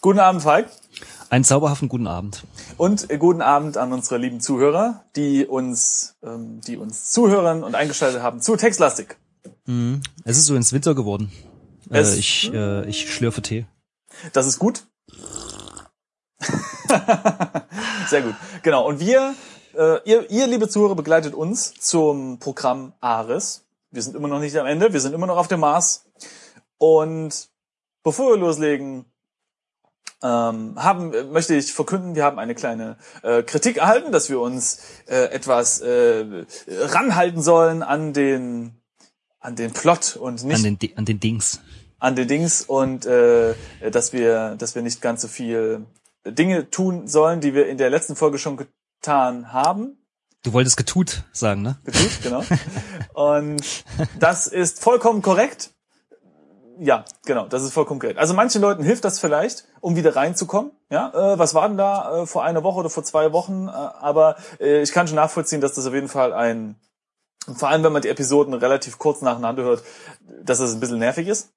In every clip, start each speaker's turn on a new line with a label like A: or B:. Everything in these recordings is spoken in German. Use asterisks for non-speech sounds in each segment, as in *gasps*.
A: Guten Abend, Falk.
B: Einen zauberhaften guten Abend.
A: Und äh, guten Abend an unsere lieben Zuhörer, die uns, ähm, die uns zuhören und eingeschaltet haben zu Textlastik.
B: Mhm. Es ist übrigens Winter geworden.
A: Es-
B: äh, ich, äh, ich schlürfe Tee.
A: Das ist gut. *laughs* Sehr gut. Genau. Und wir, äh, ihr, ihr, liebe Zuhörer, begleitet uns zum Programm Ares. Wir sind immer noch nicht am Ende. Wir sind immer noch auf dem Mars. Und bevor wir loslegen, ähm, haben, äh, möchte ich verkünden, wir haben eine kleine äh, Kritik erhalten, dass wir uns äh, etwas äh, ranhalten sollen an den an den Plot und nicht
B: An den, Di- an den Dings.
A: an den Dings und äh, dass wir dass wir nicht ganz so viel Dinge tun sollen, die wir in der letzten Folge schon getan haben.
B: Du wolltest getut sagen, ne?
A: Getut, genau. Und das ist vollkommen korrekt. Ja, genau, das ist vollkommen korrekt. Also manchen Leuten hilft das vielleicht, um wieder reinzukommen. Ja, äh, was war denn da äh, vor einer Woche oder vor zwei Wochen? Äh, aber äh, ich kann schon nachvollziehen, dass das auf jeden Fall ein, vor allem wenn man die Episoden relativ kurz nacheinander hört, dass das ein bisschen nervig ist.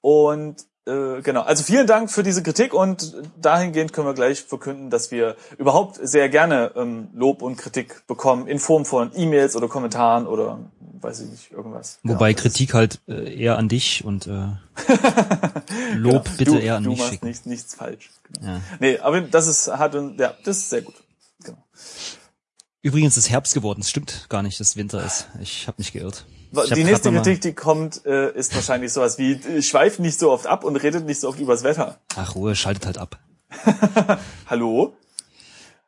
A: Und äh, genau, also vielen Dank für diese Kritik und dahingehend können wir gleich verkünden, dass wir überhaupt sehr gerne ähm, Lob und Kritik bekommen in Form von E-Mails oder Kommentaren oder weiß ich nicht, irgendwas.
B: Wobei
A: Genau, das ist-
B: Kritik halt äh, eher an dich
A: *laughs*
B: und äh, Lob
A: genau.
B: bitte
A: du,
B: eher an
A: du
B: mich
A: machst
B: schicken.
A: Nichts, nichts falsch. Genau.
B: Ja.
A: Nee, aber das ist hat uns- ja, das ist sehr gut. Genau.
B: Übrigens ist Herbst geworden. Es stimmt gar nicht, dass Winter ist. Ich habe mich geirrt. Ich hab
A: Die
B: grad
A: nächste
B: noch mal-
A: Kritik, die kommt, äh, ist wahrscheinlich sowas wie äh, schweift nicht so oft ab und redet nicht so oft übers Wetter.
B: Ach Ruhe, schaltet halt ab.
A: Hallo?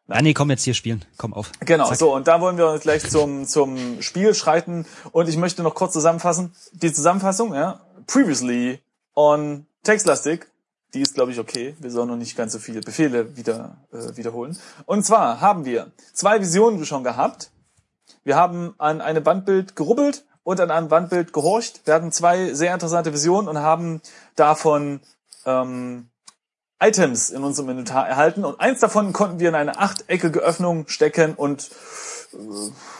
B: Ah nee, komm jetzt hier spielen. Komm auf.
A: Genau,
B: Zack.
A: so, und da wollen wir uns gleich zum, zum Spiel schreiten. Und ich möchte noch kurz zusammenfassen. Die Zusammenfassung, ja, previously on Textlastic, die ist, glaube ich, okay. Wir sollen noch nicht ganz so viele Befehle wieder äh, wiederholen. Und zwar haben wir zwei Visionen schon gehabt. Wir haben an einem Bandbild gerubbelt und an einem Bandbild gehorcht. Wir hatten zwei sehr interessante Visionen und haben davon ähm, Items in unserem Inventar erhalten und eins davon konnten wir in eine achteckige Öffnung stecken und äh,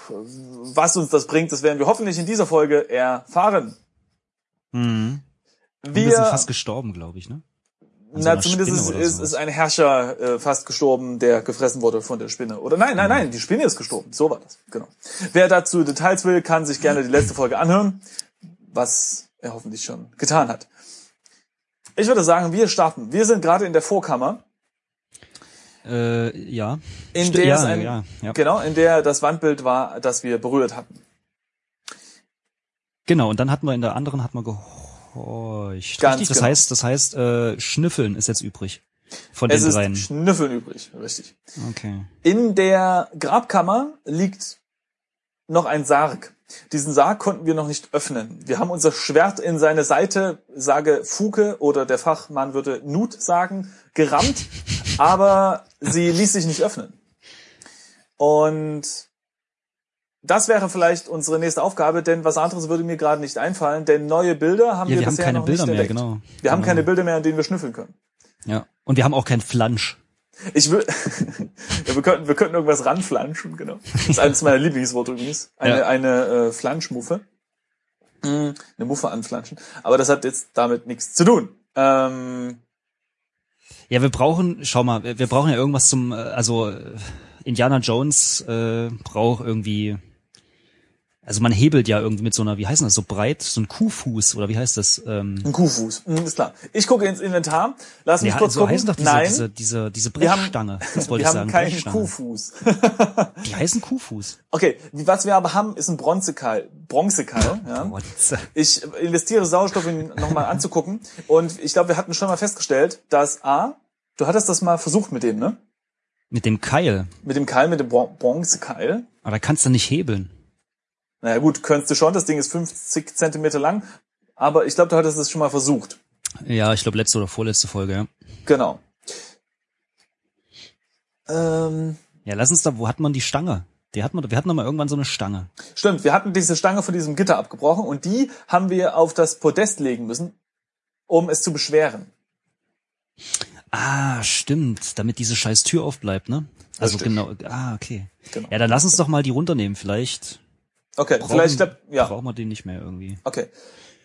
A: was uns das bringt, das werden wir hoffentlich in dieser Folge erfahren.
B: Mhm. Wir, sind
A: Wir,
B: fast gestorben, glaube ich, ne? an so
A: na
B: einer
A: zumindest ist,
B: Spinne oder
A: ist,
B: sowas.
A: ist ein Herrscher äh, fast gestorben, der gefressen wurde von der Spinne. Oder nein, nein, nein, die Spinne ist gestorben. So war das, genau. Wer dazu Details will, kann sich gerne die letzte Folge anhören, was er hoffentlich schon getan hat. Ich würde sagen, wir starten. Wir sind gerade in der Vorkammer.
B: Äh, ja.
A: In
B: Sti-
A: der
B: ja,
A: es ein-
B: ja, ja.
A: Genau, in der das Wandbild war, das wir berührt hatten.
B: Genau, und dann hatten wir in der anderen hat man gehorcht.
A: Ganz
B: richtig, das
A: genau.
B: heißt, das heißt, äh, Schnüffeln ist jetzt übrig. Von
A: Es
B: den
A: ist
B: dreien.
A: Schnüffeln übrig, richtig.
B: Okay.
A: In der Grabkammer liegt noch ein Sarg. Diesen Sarg konnten wir noch nicht öffnen. Wir haben unser Schwert in seine Seite, sage Fuke oder der Fachmann würde Nut sagen,
B: *laughs*
A: gerammt, aber sie ließ sich nicht öffnen. Und das wäre vielleicht unsere nächste Aufgabe, denn was anderes würde mir gerade nicht einfallen, denn neue Bilder haben
B: Ja,
A: wir,
B: wir haben
A: bisher
B: keine
A: noch
B: Bilder
A: nicht
B: mehr,
A: entdeckt.
B: genau.
A: Wir haben
B: Genau.
A: keine Bilder mehr, an denen wir schnüffeln können.
B: Ja. Und wir haben auch kein Flansch.
A: Ich will, *laughs* ja, wir könnten, wir könnten irgendwas ranflanschen, genau. Das ist eines meiner Lieblingsworte übrigens. Eine,
B: Ja.
A: eine äh, Flanschmuffe. Mm, Eine Muffe anflanschen. Aber das hat jetzt damit nichts zu tun. Ähm,
B: Ja, wir brauchen, schau mal, wir wir brauchen ja irgendwas zum, äh, also äh, Indiana Jones äh, braucht irgendwie, also man hebelt ja irgendwie mit so einer, wie heißt denn das, so breit, so ein Kuhfuß oder wie heißt das? Ähm,
A: ein Kuhfuß. Mm, Ist klar. Ich gucke ins Inventar. Lass mich
B: ja,
A: kurz
B: so
A: gucken.
B: heißen doch diese,
A: Nein,
B: diese, diese, diese
A: Wir haben-
B: Brechstange. Das
A: *laughs*
B: wollte
A: wir
B: ich
A: haben
B: sagen.
A: keinen
B: Brechstange.
A: Kuhfuß.
B: Die heißen Kuhfuß.
A: *laughs* Okay, was wir aber haben, ist ein Bronzekeil. Bronzekeil, ja.
B: Boah, das-
A: ich investiere Sauerstoff, ihn nochmal anzugucken. Und ich glaube, wir hatten schon mal festgestellt, dass A, du hattest das mal versucht mit dem, ne?
B: Mit dem Keil.
A: Mit dem Keil, mit dem Bron- Bronzekeil.
B: Aber da kannst du nicht hebeln.
A: Naja gut, könntest du schon, das Ding ist 50 Zentimeter lang. Aber ich glaube, du hattest es schon mal versucht.
B: Ja, ich glaube letzte oder vorletzte Folge, ja.
A: Genau. Ähm,
B: Ja, lass uns da, wo hat man die Stange? Die hat man, wir hatten doch mal irgendwann so eine Stange.
A: stimmt, wir hatten diese Stange von diesem Gitter abgebrochen und die haben wir auf das Podest legen müssen, um es zu beschweren.
B: Ah, stimmt, damit diese scheiß Tür aufbleibt, ne? Also
A: Richtig.
B: genau, ah, okay.
A: Genau.
B: Ja, dann lass uns doch mal die runternehmen, vielleicht.
A: Okay,
B: Brauchen,
A: vielleicht, glaub, ja,
B: brauchen wir den nicht mehr irgendwie.
A: okay.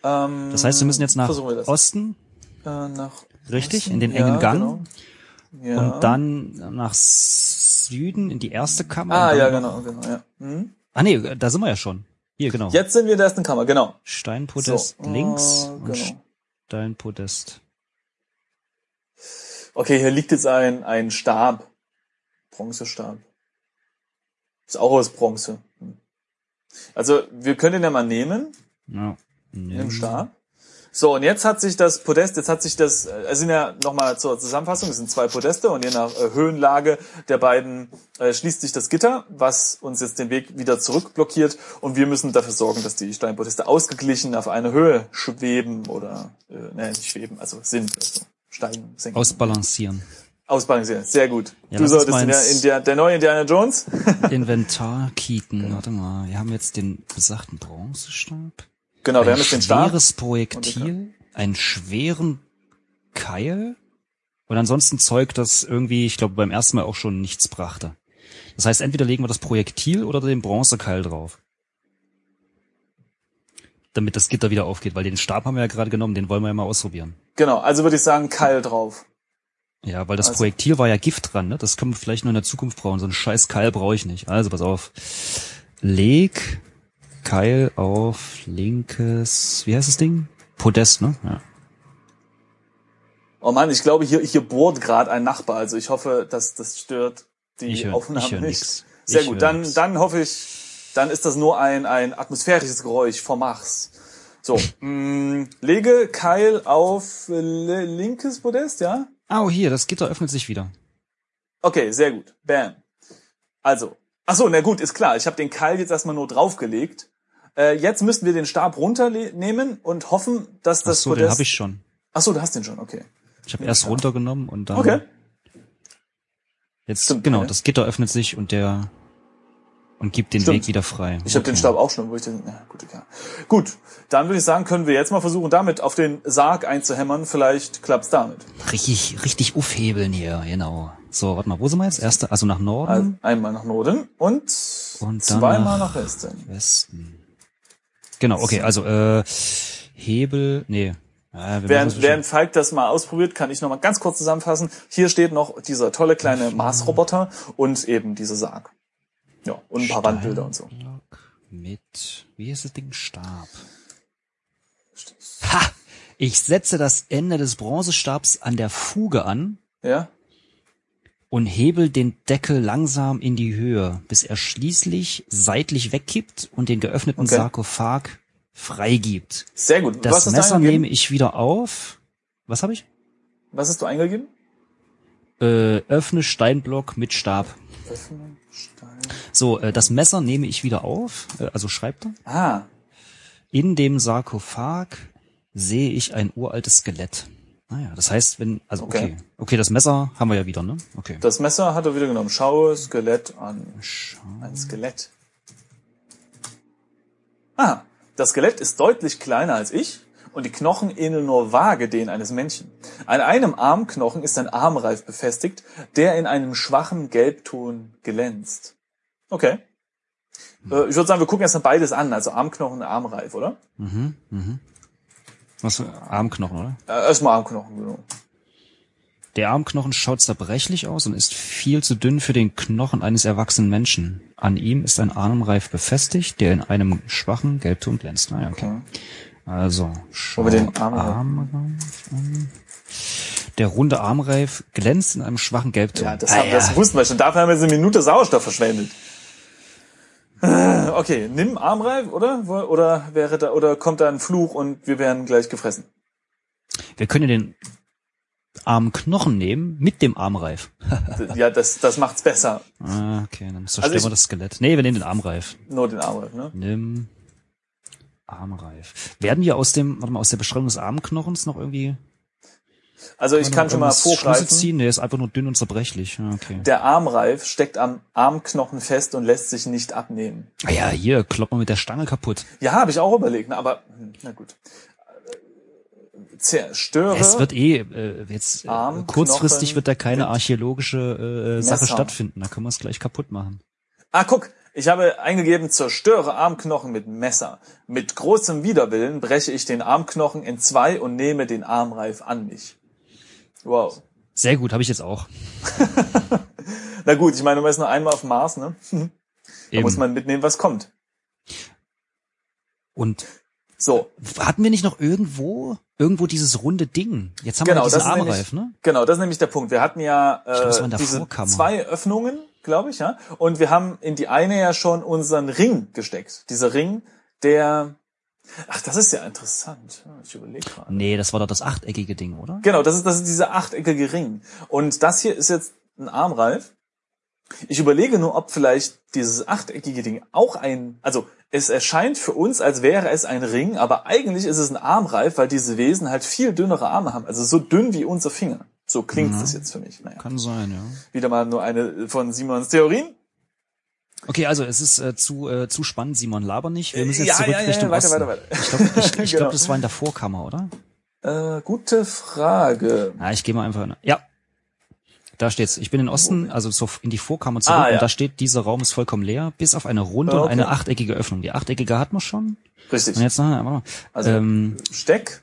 A: Ähm,
B: Das heißt, wir müssen jetzt nach
A: versuchen wir das.
B: Osten,
A: Äh, nach
B: Richtig,
A: Osten?
B: in den
A: Ja,
B: engen Gang.
A: genau. Ja.
B: Und dann nach Süden in die erste Kammer.
A: Ah,
B: und dann
A: ja,
B: noch-
A: genau, genau, ja. Mhm.
B: Ah, nee, da sind wir ja schon. Hier, genau.
A: Jetzt sind wir in der ersten Kammer, genau.
B: Steinpodest
A: So, äh,
B: links
A: genau.
B: und Steinpodest.
A: Okay, hier liegt jetzt ein, ein Stab. Bronzestab. Ist auch aus Bronze. Hm. Also, wir können den ja mal nehmen,
B: Ja. Mhm.
A: im Stab. So, und jetzt hat sich das Podest, jetzt hat sich das, äh, es sind ja nochmal zur Zusammenfassung, es sind zwei Podeste und je nach äh, Höhenlage der beiden äh, schließt sich das Gitter, was uns jetzt den Weg wieder zurück blockiert und wir müssen dafür sorgen, dass die Steinpodeste ausgeglichen auf eine Höhe schweben oder, äh, ne, nicht schweben, also sind, also steigen, sinken.
B: Ausbalancieren.
A: Ausbalancieren, sehr gut.
B: Ja,
A: du
B: lass uns
A: solltest
B: mal
A: in der,
B: ins-
A: in der, der neue Indiana Jones.
B: Inventar kieken. Warte mal, wir haben jetzt den besagten Bronzestab.
A: Genau, wir
B: ein
A: haben jetzt den Stab.
B: schweres Projektil, einen schweren Keil und ansonsten Zeug, das irgendwie, ich glaube, beim ersten Mal auch schon nichts brachte. Das heißt, entweder legen wir das Projektil oder den Bronzekeil drauf. Damit das Gitter wieder aufgeht, weil den Stab haben wir ja gerade genommen, den wollen wir ja mal ausprobieren.
A: Genau, also würde ich sagen, Keil drauf.
B: Ja, weil das
A: Also-
B: Projektil war ja Gift dran, ne? Das können wir vielleicht nur in der Zukunft brauchen. So einen scheiß Keil brauche ich nicht. Also pass auf. Leg Keil auf linkes, wie heißt das Ding? Podest, ne? Ja.
A: Oh Mann, ich glaube, hier, hier bohrt gerade ein Nachbar. Also ich hoffe, dass das stört die
B: Ich hör-
A: Aufnahme
B: ich hör
A: nicht.
B: nix.
A: Sehr
B: Ich hör
A: gut, dann,
B: nix.
A: dann hoffe ich, dann ist das nur ein, ein atmosphärisches Geräusch vom Mars.
B: *laughs*
A: So, mh, lege Keil auf äh, le- linkes Podest, ja?
B: Au, hier, das Gitter öffnet sich wieder.
A: Okay, sehr gut. Bam. Also, ach so, na gut, ist klar. Ich habe den Keil jetzt erstmal nur draufgelegt. Äh, jetzt müssten wir den Stab runternehmen und hoffen, dass
B: Ach
A: das
B: so, den habe ich schon.
A: Ach so, du hast den schon. Okay.
B: Ich habe erst runtergenommen und dann.
A: Okay.
B: Jetzt
A: Stimmt,
B: genau,
A: ja.
B: das Gitter öffnet sich und der und gibt den
A: Stimmt.
B: Weg wieder frei.
A: Ich habe den Stab auch schon, wo ich den. Na gut, egal. Gut, dann würde ich sagen, können wir jetzt mal versuchen, damit auf den Sarg einzuhämmern. Vielleicht klappt's damit.
B: Richtig, richtig aufhebeln hier, genau. So, warte mal, wo sind wir jetzt? Erste, also nach Norden,
A: Also einmal nach Norden und,
B: Und dann
A: zweimal nach
B: nach-
A: Westen.
B: Westen. Genau, okay, also äh, Hebel, nee. Ja, wir
A: Während,
B: müssen-
A: während Falk das mal ausprobiert, kann ich nochmal ganz kurz zusammenfassen. Hier steht noch dieser tolle kleine Mars-Roboter und eben diese Sarg. Ja, und ein paar Wandbilder und so.
B: Steinblock Mit, wie ist das Ding? Stab. Ha! Ich setze das Ende des Bronzestabs an der Fuge an
A: Ja?
B: und hebel den Deckel langsam in die Höhe, bis er schließlich seitlich wegkippt und den geöffneten
A: Okay.
B: Sarkophag freigibt.
A: Sehr gut.
B: Das
A: hast du
B: Messer
A: eingegeben?
B: nehme ich wieder auf. Was habe ich?
A: Was hast du eingegeben?
B: Äh, öffne Steinblock mit Stab.
A: Öffnen, Stein.
B: So, äh, das Messer nehme ich wieder auf, äh, also schreibt er.
A: Ah,
B: In dem Sarkophag sehe ich ein uraltes Skelett. Naja, das heißt, wenn, also
A: Okay.
B: okay. okay. das Messer haben wir ja wieder, ne? Okay.
A: das Messer hat er wieder genommen. Schaue Skelett an.
B: Schau.
A: Ein Skelett. Ah, das Skelett ist deutlich kleiner als ich und die Knochen ähneln nur vage denen eines Menschen. An einem Armknochen ist ein Armreif befestigt, der in einem schwachen Gelbton glänzt. Okay. Äh, Ich würde sagen, wir gucken erst mal beides an, also Armknochen und Armreif, oder?
B: Mhm, mhm. Was für Armknochen, oder?
A: Äh, Erstmal Armknochen, genau.
B: Der Armknochen schaut zerbrechlich aus und ist viel zu dünn für den Knochen eines erwachsenen Menschen. An ihm ist ein Armreif befestigt, der in einem schwachen Gelbton glänzt. Naja, okay.
A: Okay.
B: Also, schau
A: wir den Armreif-
B: Armreif an. Der runde Armreif glänzt in einem schwachen Gelbton.
A: Ja, das,
B: Ah,
A: haben, das wussten wir schon. Dafür haben wir jetzt eine Minute Sauerstoff verschwendet. Äh, Okay, nimm Armreif, oder? Wo- Oder wäre da, oder kommt da ein Fluch und wir werden gleich gefressen?
B: Wir können ja den Armknochen nehmen mit dem Armreif.
A: D- Ja, das, das macht's besser.
B: Ah, okay, dann zerstören
A: Also ich-
B: wir das Skelett. Nee, wir nehmen den Armreif.
A: Nur den Armreif, ne?
B: Nimm Armreif. Werden wir aus dem, warte mal, aus der Beschreibung des Armknochens noch irgendwie
A: Also ich kann schon mal
B: irgendwas Schlüsse
A: vorgreifen.
B: ähm, ziehen? Nee, ist einfach nur dünn und zerbrechlich. Ja, okay.
A: Der Armreif steckt am Armknochen fest und lässt sich nicht abnehmen.
B: Ah ja, hier, kloppt man mit der Stange kaputt.
A: Ja, habe ich auch überlegt, ne? aber hm, na gut. Äh, Zerstöre.
B: Es wird eh, äh, jetzt äh,
A: Arm,
B: kurzfristig
A: Knochen
B: wird da keine
A: mit
B: archäologische äh, Sache
A: Messer.
B: stattfinden. Da können wir es gleich kaputt machen.
A: Ah, guck, ich habe eingegeben, zerstöre Armknochen mit Messer. Mit großem Widerwillen breche ich den Armknochen in zwei und nehme den Armreif an mich. Wow.
B: Sehr gut, habe ich jetzt auch.
A: Na gut, ich meine, man ist nur einmal auf dem Mars, ne? Da
B: Eben.
A: muss man mitnehmen, was kommt.
B: Und
A: So,
B: hatten wir nicht noch irgendwo, irgendwo dieses runde Ding? Jetzt haben
A: Genau,
B: wir diesen
A: das ist nämlich-
B: Armreif, ne?
A: genau, das ist nämlich der Punkt. Wir hatten ja
B: glaub, es
A: äh,
B: war in der
A: diese
B: Vorkammer.
A: zwei Öffnungen, glaube ich, ja. Und wir haben in die eine ja schon unseren Ring gesteckt. Dieser Ring, der. Ach, das ist ja interessant. Ja, Ich überlege gerade.
B: Nee, das war doch das achteckige Ding, oder?
A: Genau, das ist, das ist dieser achteckige Ring. Und das hier ist jetzt ein Armreif. Ich überlege nur, ob vielleicht dieses achteckige Ding auch ein, also es erscheint für uns, als wäre es ein Ring, aber eigentlich ist es ein Armreif, weil diese Wesen halt viel dünnere Arme haben. Also so dünn wie unser Finger. So klingt es
B: Mhm.
A: jetzt für mich. Naja,
B: Kann sein, ja.
A: wieder mal nur eine von Simons Theorien.
B: Okay, also es ist äh, zu, äh, zu spannend, Simon, laber nicht. Wir müssen jetzt
A: Ja,
B: zurück
A: ja, ja,
B: Richtung
A: weiter,
B: Osten.
A: weiter, weiter.
B: Ich
A: *laughs*
B: glaube, ich, ich
A: Genau.
B: glaub, das war in der Vorkammer, oder?
A: Äh, gute Frage.
B: Ja, ich gehe mal einfach. in- Ja. Da steht's. Ich bin in den Osten, also so in die Vorkammer zurück,
A: Oh. Ah, ja. Ah,
B: und da steht, dieser Raum ist vollkommen leer, bis auf eine runde
A: Okay.
B: und eine achteckige Öffnung. Die achteckige hat man schon. Und
A: Richtig.
B: jetzt, na, warte mal.
A: Also
B: ähm,
A: Steck,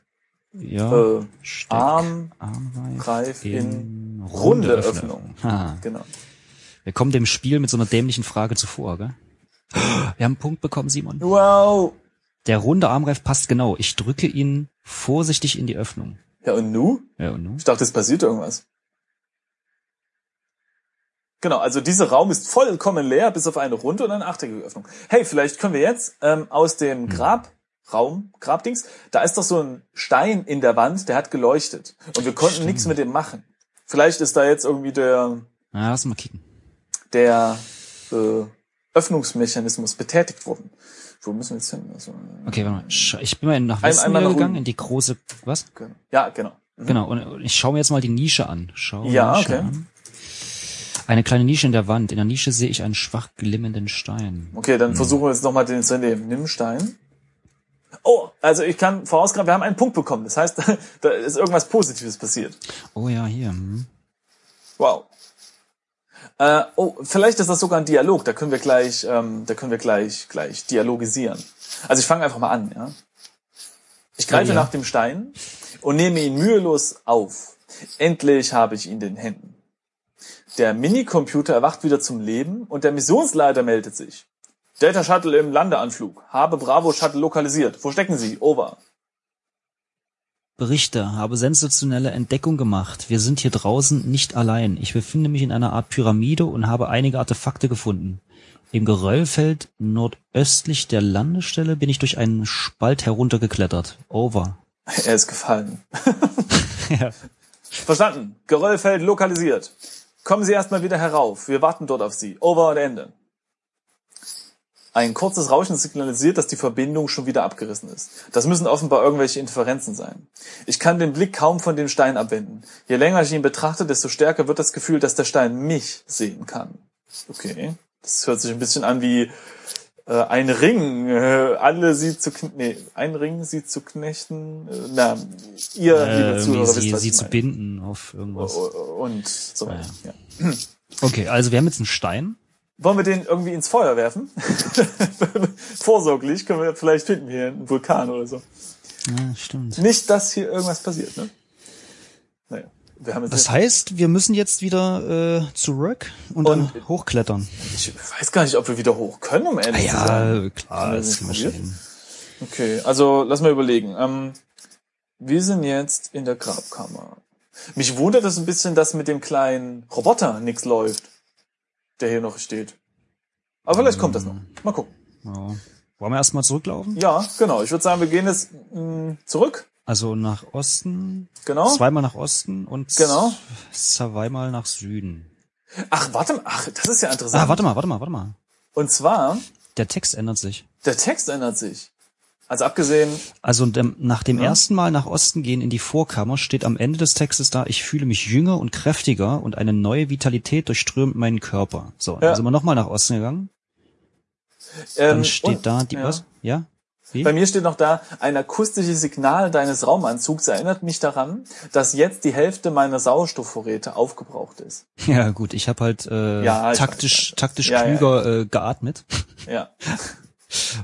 B: ja,
A: äh,
B: Oh, Steck,
A: Arm,
B: Armreif
A: Greif in, runde
B: runde
A: Öffnung.
B: Ha.
A: genau.
B: Wir kommen dem Spiel mit so einer dämlichen Frage
A: *gasps*
B: zuvor, gell? Wir haben einen Punkt bekommen, Simon.
A: Wow.
B: Der runde Armreif passt genau. Ich drücke ihn vorsichtig in die Öffnung.
A: Ja, und nu?
B: Ja, und nun?
A: Ich dachte, es passiert irgendwas. Genau, also dieser Raum ist vollkommen leer, bis auf eine runde und eine achteckige Öffnung. Hey, vielleicht können wir jetzt ähm, aus dem Grabraum, Grabdings, da ist doch so ein Stein in der Wand, der hat geleuchtet. Und wir konnten
B: Stimmt.
A: nichts mit dem machen. Vielleicht ist da jetzt irgendwie der,
B: Na, lass mal kicken.
A: der äh, Öffnungsmechanismus betätigt worden. Wo müssen wir jetzt hin? Also, äh,
B: Okay, warte mal. Sch- Ich bin mal nach Westen
A: einmal nach
B: gegangen,
A: unten.
B: in die große, was?
A: genau. Ja, genau.
B: Genau, und ich schaue mir jetzt mal die Nische an. Schau
A: Ja,
B: Nische
A: okay.
B: an. Eine kleine Nische in der Wand. In der Nische sehe ich einen schwach glimmenden Stein.
A: Okay, dann versuchen wir jetzt nochmal den zu nehmen. Nimm Stein. Oh, also ich kann vorausgraben, wir haben einen Punkt bekommen. Das heißt, *laughs* da ist irgendwas Positives passiert.
B: Oh ja, hier. Hm.
A: Wow. Äh, oh, vielleicht ist das sogar ein Dialog. Da können wir gleich, ähm, da können wir gleich, gleich dialogisieren. Also ich fange einfach mal an, ja. Ich greife
B: Ja.
A: nach dem Stein und nehme ihn mühelos auf. Endlich habe ich ihn in den Händen. Der Minicomputer erwacht wieder zum Leben und der Missionsleiter meldet sich. Delta Shuttle im Landeanflug. Habe Bravo Shuttle lokalisiert. Wo stecken Sie? Over.
B: Berichte, habe sensationelle Entdeckung gemacht. Wir sind hier draußen nicht allein. Ich befinde mich in einer Art Pyramide und habe einige Artefakte gefunden. Im Geröllfeld nordöstlich der Landestelle bin ich durch einen Spalt heruntergeklettert. Over.
A: Er ist gefallen. Verstanden. Geröllfeld lokalisiert. Kommen Sie erstmal wieder herauf. Wir warten dort auf Sie. Over und Ende. Ein kurzes Rauschen signalisiert, dass die Verbindung schon wieder abgerissen ist. Das müssen offenbar irgendwelche Interferenzen sein. Ich kann den Blick kaum von dem Stein abwenden. Je länger ich ihn betrachte, desto stärker wird das Gefühl, dass der Stein mich sehen kann. Okay. Das hört sich ein bisschen an wie äh, ein Ring, äh, alle sie zu kn nee, ein Ring sie zu knechten. Äh, na, ihr, liebe
B: Äh,
A: Zuhörer,
B: irgendwie
A: wisst,
B: sie,
A: was
B: sie
A: ich
B: zu
A: meine.
B: binden auf irgendwas.
A: Und so weiter. Ja.
B: Okay, also wir haben jetzt einen Stein.
A: Wollen wir den irgendwie ins Feuer werfen? *laughs* Vorsorglich können wir vielleicht finden wir hier einen Vulkan oder so.
B: Ja, stimmt.
A: Nicht, dass hier irgendwas passiert, ne? Naja, wir haben jetzt.
B: Das heißt, wir müssen jetzt wieder äh, zurück und, dann hochklettern.
A: ich weiß gar nicht, ob wir wieder hoch können, um ehrlich zu sein.
B: klar,
A: das
B: das kriegen wir
A: probiert?
B: schon hin.
A: Okay, also lass mal überlegen. Ähm, wir sind jetzt in der Grabkammer. Mich wundert es ein bisschen, dass mit dem kleinen Roboter nichts läuft, der hier noch steht. Aber vielleicht kommt das noch. Mal gucken.
B: Ja. Wollen wir erstmal zurücklaufen?
A: Ja, genau. Ich würde sagen, wir gehen jetzt mh, zurück.
B: Also nach Osten,
A: Genau.
B: zweimal nach Osten und
A: Genau.
B: zweimal nach Süden.
A: Ach, warte mal. Ach, das ist ja interessant.
B: Ah, warte mal, warte mal, warte mal.
A: Und zwar,
B: Der Text ändert sich.
A: der Text ändert sich. Also abgesehen,
B: Also und, ähm, nach dem ersten Mal nach Osten gehen in die Vorkammer steht am Ende des Textes da, ich fühle mich jünger und kräftiger und eine neue Vitalität durchströmt meinen Körper. So,
A: Ja.
B: dann sind wir nochmal nach Osten gegangen.
A: ähm,
B: Dann steht
A: und-
B: da die
A: ja.
B: was? Ja? *laughs* Wie?
A: Bei mir steht noch da, ein akustisches Signal deines Raumanzugs erinnert mich daran, dass jetzt die Hälfte meiner Sauerstoffvorräte aufgebraucht ist.
B: Ja, gut, ich habe halt äh,
A: Ja, ich weiß,
B: taktisch, taktisch
A: Ja, ja,
B: klüger Äh, geatmet.
A: Ja.
B: *laughs*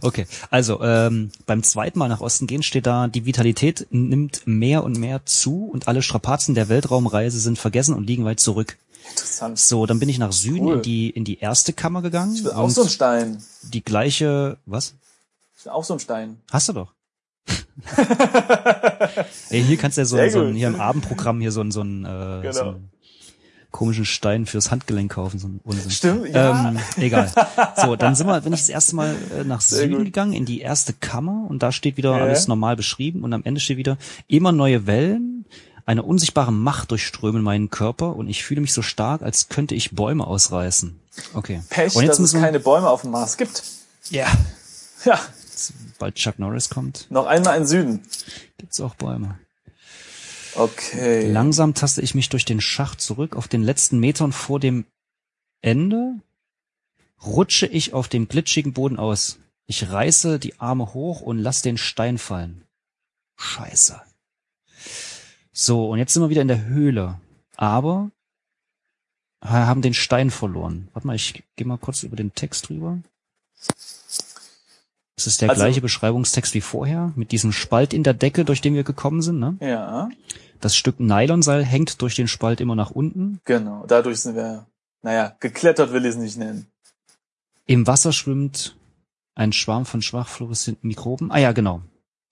B: Okay, also ähm, beim zweiten Mal nach Osten gehen steht da, die Vitalität nimmt mehr und mehr zu und alle Strapazen der Weltraumreise sind vergessen und liegen weit zurück.
A: Interessant.
B: So, dann bin ich nach Süden
A: Cool.
B: in die in die erste Kammer gegangen.
A: Ich will auch
B: und
A: so einen Stein.
B: die gleiche, was?
A: Ich will auch so einen Stein.
B: Hast
A: *laughs*
B: du doch. Ey, hier kannst du ja so,
A: Sehr
B: so ein,
A: gut.
B: hier im Abendprogramm hier so, ein- so, ein, äh, so
A: Genau.
B: einen komischen Stein fürs Handgelenk kaufen, so ein Unsinn.
A: Stimmt, ja.
B: Ähm, egal. So, dann sind wir, wenn ich das erste Mal äh, nach
A: Sehr
B: Süden
A: gut.
B: gegangen, in die erste Kammer und da steht wieder
A: Ja.
B: alles normal beschrieben und am Ende steht wieder immer neue Wellen, eine unsichtbare Macht durchströmen meinen Körper und ich fühle mich so stark, als könnte ich Bäume ausreißen. Okay.
A: Pech,
B: und jetzt
A: dass es
B: müssen wir,
A: keine Bäume auf dem Mars gibt.
B: ja,
A: Ja,
B: bald Chuck Norris kommt,
A: noch einmal in Süden.
B: gibt's auch Bäume.
A: Okay.
B: Langsam taste ich mich durch den Schacht zurück. Auf den letzten Metern vor dem Ende rutsche ich auf dem glitschigen Boden aus. Ich reiße die Arme hoch und lass den Stein fallen. Scheiße. So, und jetzt sind wir wieder in der Höhle. Aber ha- haben den Stein verloren. Warte mal, ich gehe mal kurz über den Text drüber. Es ist der
A: Also-
B: gleiche Beschreibungstext wie vorher, mit diesem Spalt in der Decke, durch den wir gekommen sind, ne?
A: Ja,
B: Das Stück Nylonseil hängt durch den Spalt immer nach unten.
A: genau. Dadurch sind wir, naja, geklettert will ich es nicht nennen.
B: Im Wasser schwimmt ein Schwarm von schwach fluoreszierenden Mikroben. Ah ja, genau.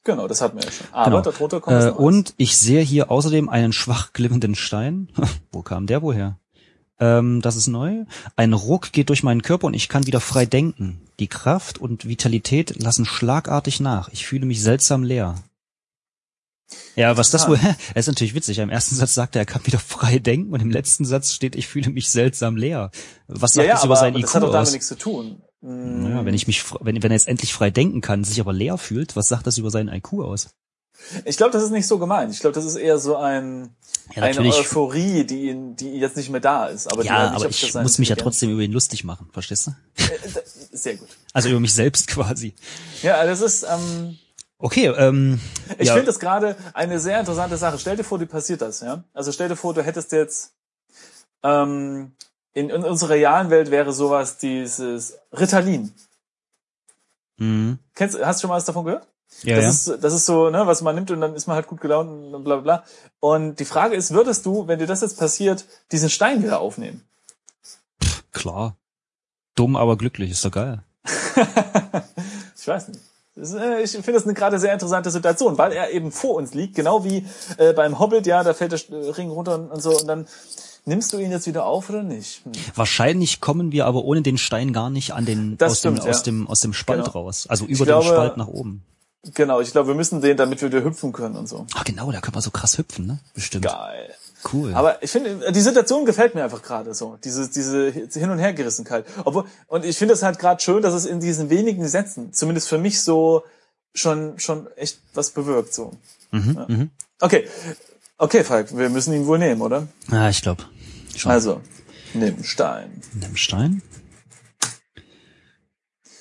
A: Genau, das hatten wir ja schon. Aber
B: Genau.
A: darunter kommt was
B: Äh,
A: Neues.
B: und ich sehe hier außerdem einen schwach glimmenden Stein. *laughs* Wo kam der wohl her? Ähm, das ist neu. Ein Ruck geht durch meinen Körper und ich kann wieder frei denken. Die Kraft und Vitalität lassen schlagartig nach. Ich fühle mich seltsam leer. Ja, was das
A: Ah.
B: wohl, es ist natürlich witzig. Im ersten Satz sagt er, er kann wieder frei denken und im letzten Satz steht, ich fühle mich seltsam leer.
A: ja,
B: Was sagt
A: ja,
B: das
A: aber
B: über sein
A: das
B: IQ
A: hat doch damit
B: aus? Mhm.
A: nichts zu tun. Mm,
B: Naja, wenn ich mich, fr- wenn, wenn er jetzt endlich frei denken kann, sich aber leer fühlt, was sagt das über seinen IQ aus?
A: Ich glaube, das ist nicht so gemeint. Ich glaube, das ist eher so ein,
B: Ja,
A: eine
B: natürlich.
A: Euphorie, die, ihn, die jetzt nicht mehr da ist. Aber die
B: Ja,
A: halt
B: aber
A: auf
B: ich
A: seine
B: muss mich ja
A: Intelligenz-
B: trotzdem über ihn lustig machen, verstehst du?
A: Äh, Sehr gut.
B: Also über mich selbst *laughs* quasi.
A: Ja, das ist, ähm,
B: Okay, ähm,
A: ich
B: ja,
A: finde das gerade eine sehr interessante Sache. Stell dir vor, dir passiert das, ja? Also stell dir vor, du hättest jetzt, ähm, in, in unserer realen Welt wäre sowas dieses Ritalin.
B: mh,
A: Kennst, hast du schon mal was davon gehört?
B: Mhm. ja,
A: Das,
B: ja.
A: Ist, das ist so, ne, was man nimmt und dann ist man halt gut gelaunt und bla bla bla. Und die Frage ist, würdest du, wenn dir das jetzt passiert, diesen Stein wieder aufnehmen?
B: klar. Dumm, aber glücklich, ist doch geil.
A: ich weiß nicht. Das ist, äh, ich finde das eine gerade sehr interessante Situation, weil er eben vor uns liegt, genau wie äh, beim Hobbit, ja, da fällt der Sch- äh, Ring runter und, und so und dann nimmst du ihn jetzt wieder auf oder nicht? Hm.
B: Wahrscheinlich kommen wir aber ohne den Stein gar nicht an den
A: Das
B: aus dem
A: stimmt, ja.
B: aus dem aus dem Spalt
A: Genau.
B: raus, also über
A: glaube-
B: den Spalt nach oben.
A: Genau, ich glaube, wir müssen den, damit wir wieder hüpfen können und so.
B: Ah, genau, da können wir so krass hüpfen, ne? Bestimmt.
A: Geil.
B: Cool.
A: Aber ich finde, äh, die Situation gefällt mir einfach gerade so. Diese, diese Hin- und Hergerissenheit. Obwohl, und ich finde es halt gerade schön, dass es in diesen wenigen Sätzen, zumindest für mich so, schon, schon echt was bewirkt, so.
B: mhm,
A: ja.
B: mhm.
A: Okay. Okay, Falk, wir müssen ihn wohl nehmen, oder?
B: Ah, ich glaube. Schon.
A: Also, nimm Stein.
B: Nimm Stein.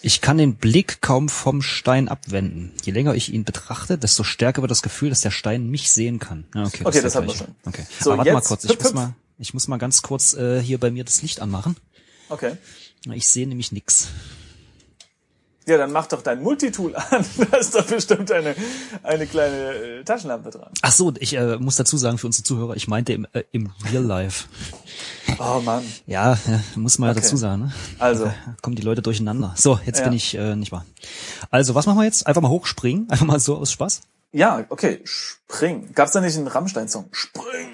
B: Ich kann den Blick kaum vom Stein abwenden. Je länger ich ihn betrachte, desto stärker wird das Gefühl, dass der Stein mich sehen kann. Ja, okay,
A: Okay,
B: ist
A: das
B: der
A: hatten wir
B: gleiche.
A: schon.
B: Okay.
A: So,
B: Aber warte mal
A: jetzt
B: kurz, ich
A: hüpf,
B: muss
A: hüpf.
B: mal, ich muss mal ganz kurz äh, hier bei mir das Licht anmachen.
A: Okay.
B: Ich sehe nämlich nix.
A: Ja, dann mach doch dein Multitool *laughs* an. Da ist doch bestimmt eine, eine kleine äh, Taschenlampe dran.
B: Ach so, ich äh, muss dazu sagen für unsere Zuhörer, ich meinte im, äh, im Real Life.
A: Oh Mann.
B: Ja, äh, muss man ja
A: Okay.
B: dazu sagen. Ne?
A: Also,
B: Da kommen die Leute durcheinander. So, jetzt
A: Ja.
B: bin ich äh, nicht wahr. Also, was machen wir jetzt? Einfach mal hochspringen, *laughs* einfach mal so aus Spaß.
A: ja, okay, spring. Gab's da nicht einen Rammstein-Song? Spring!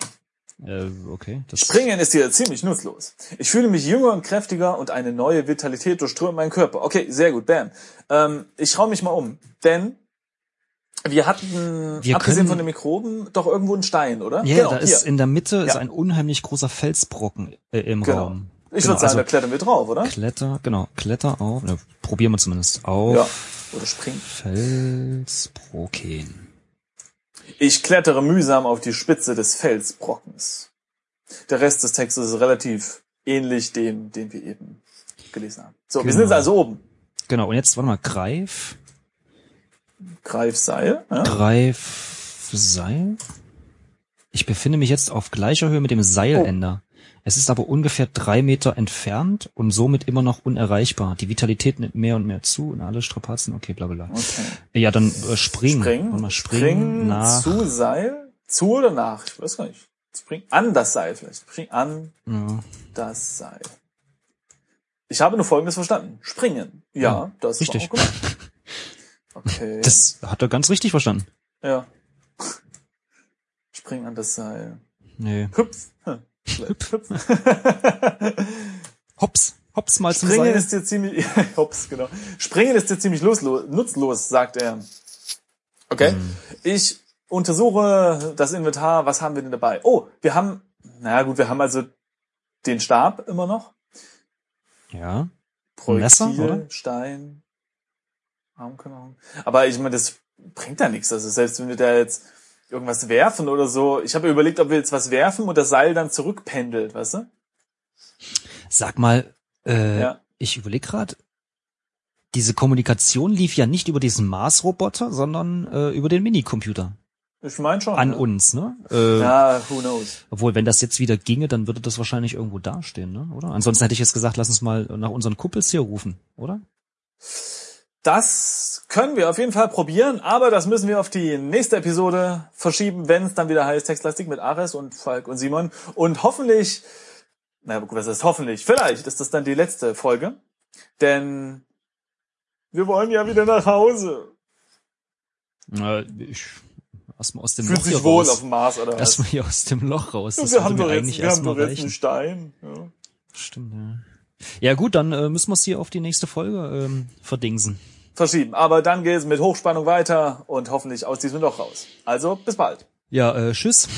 B: Äh, okay, das
A: Springen ist hier ziemlich nutzlos. Ich fühle mich jünger und kräftiger und eine neue Vitalität durchströmt meinen Körper. Okay, sehr gut, bam. Ähm, ich raum mich mal um, denn wir hatten,
B: Wir
A: abgesehen
B: können-
A: von den Mikroben, doch irgendwo einen Stein, oder?
B: Ja, da ist
A: Genau, hier.
B: in der Mitte ist
A: Ja.
B: ein unheimlich großer Felsbrocken äh, im
A: Genau.
B: Raum.
A: Ich würde
B: genau,
A: sagen,
B: also
A: da klettern wir drauf, oder?
B: Kletter, genau, kletter auf, ne, probieren wir zumindest auf
A: Ja. Oder springen.
B: Felsbrocken.
A: Ich klettere mühsam auf die Spitze des Felsbrockens. Der Rest des Textes ist relativ ähnlich dem, den wir eben gelesen haben. So, wir
B: Genau.
A: sind jetzt also oben.
B: Genau, und jetzt warte mal, greif,
A: Greifseil. Ja? Oh.
B: greif Seil. Ich befinde mich jetzt auf gleicher Höhe mit dem Seilender. Es ist aber ungefähr drei Meter entfernt und somit immer noch unerreichbar. Die Vitalität nimmt mehr und mehr zu und alle Strapazen, okay, bla bla bla.
A: Okay.
B: Ja, dann äh, springen. Wollen
A: Springen,
B: wir springen, nach.
A: zu Seil, zu oder nach, ich weiß gar nicht. Spring an das Seil vielleicht. Spring an
B: Ja.
A: das Seil. Ich habe nur Folgendes verstanden. Springen. Ja,
B: Ja,
A: das
B: richtig.
A: war auch gemacht. Okay.
B: Das hat er ganz richtig verstanden.
A: ja. Spring an das Seil.
B: Nee.
A: Hüpf. Hm, vielleicht. Hüpf.
B: Hops, hops mal zum
A: Springen
B: Seil.
A: ist dir ziemlich, *laughs* hops, genau. Springen ist dir ziemlich loslo- nutzlos, sagt er.
B: Mhm.
A: Okay.
B: Hm.
A: Ich untersuche das Inventar. Was haben wir denn dabei? Oh, wir haben, na gut, wir haben also den Stab immer noch.
B: ja. Ein Messer,
A: Projektil,
B: oder?
A: Stein, Armknochen. Aber ich meine, das bringt ja nichts. Also selbst wenn wir da jetzt irgendwas werfen oder so. Ich habe überlegt, ob wir jetzt was werfen und das Seil dann zurückpendelt, weißt du?
B: Sag mal, äh,
A: Ja.
B: ich überlege gerade, diese Kommunikation lief ja nicht über diesen Mars-Roboter, sondern äh, über den Minicomputer
A: Ich meine schon.
B: an
A: Oh, ja.
B: uns, ne? Äh,
A: Ja, who knows.
B: Obwohl, wenn das jetzt wieder ginge, dann würde das wahrscheinlich irgendwo dastehen, ne? Oder? Ansonsten hätte ich jetzt gesagt, lass uns mal nach unseren Kumpels hier rufen, oder?
A: Das können wir auf jeden Fall probieren, aber das müssen wir auf die nächste Episode verschieben, wenn es dann wieder heißt Textlastik mit Ares und Falk und Simon. Und hoffentlich, na gut, was heißt hoffentlich? Vielleicht ist das dann die letzte Folge, denn wir wollen ja wieder nach Hause.
B: Äh, ich erstmal aus dem
A: Fühlt
B: Loch hier
A: sich wohl
B: raus.
A: auf dem Mars oder was?
B: erstmal hier aus dem Loch raus. Das
A: wir haben
B: würde
A: doch
B: mir
A: jetzt,
B: eigentlich
A: wir haben
B: erstmal
A: doch jetzt einen
B: reichen.
A: Stein. Ja.
B: Stimmt, ja. Ja gut, dann äh, müssen wir es hier auf die nächste Folge ähm, verdingsen.
A: Verschieben. Aber dann geht's mit Hochspannung weiter und hoffentlich aus diesem Loch raus. Also, bis bald.
B: Ja, äh, tschüss.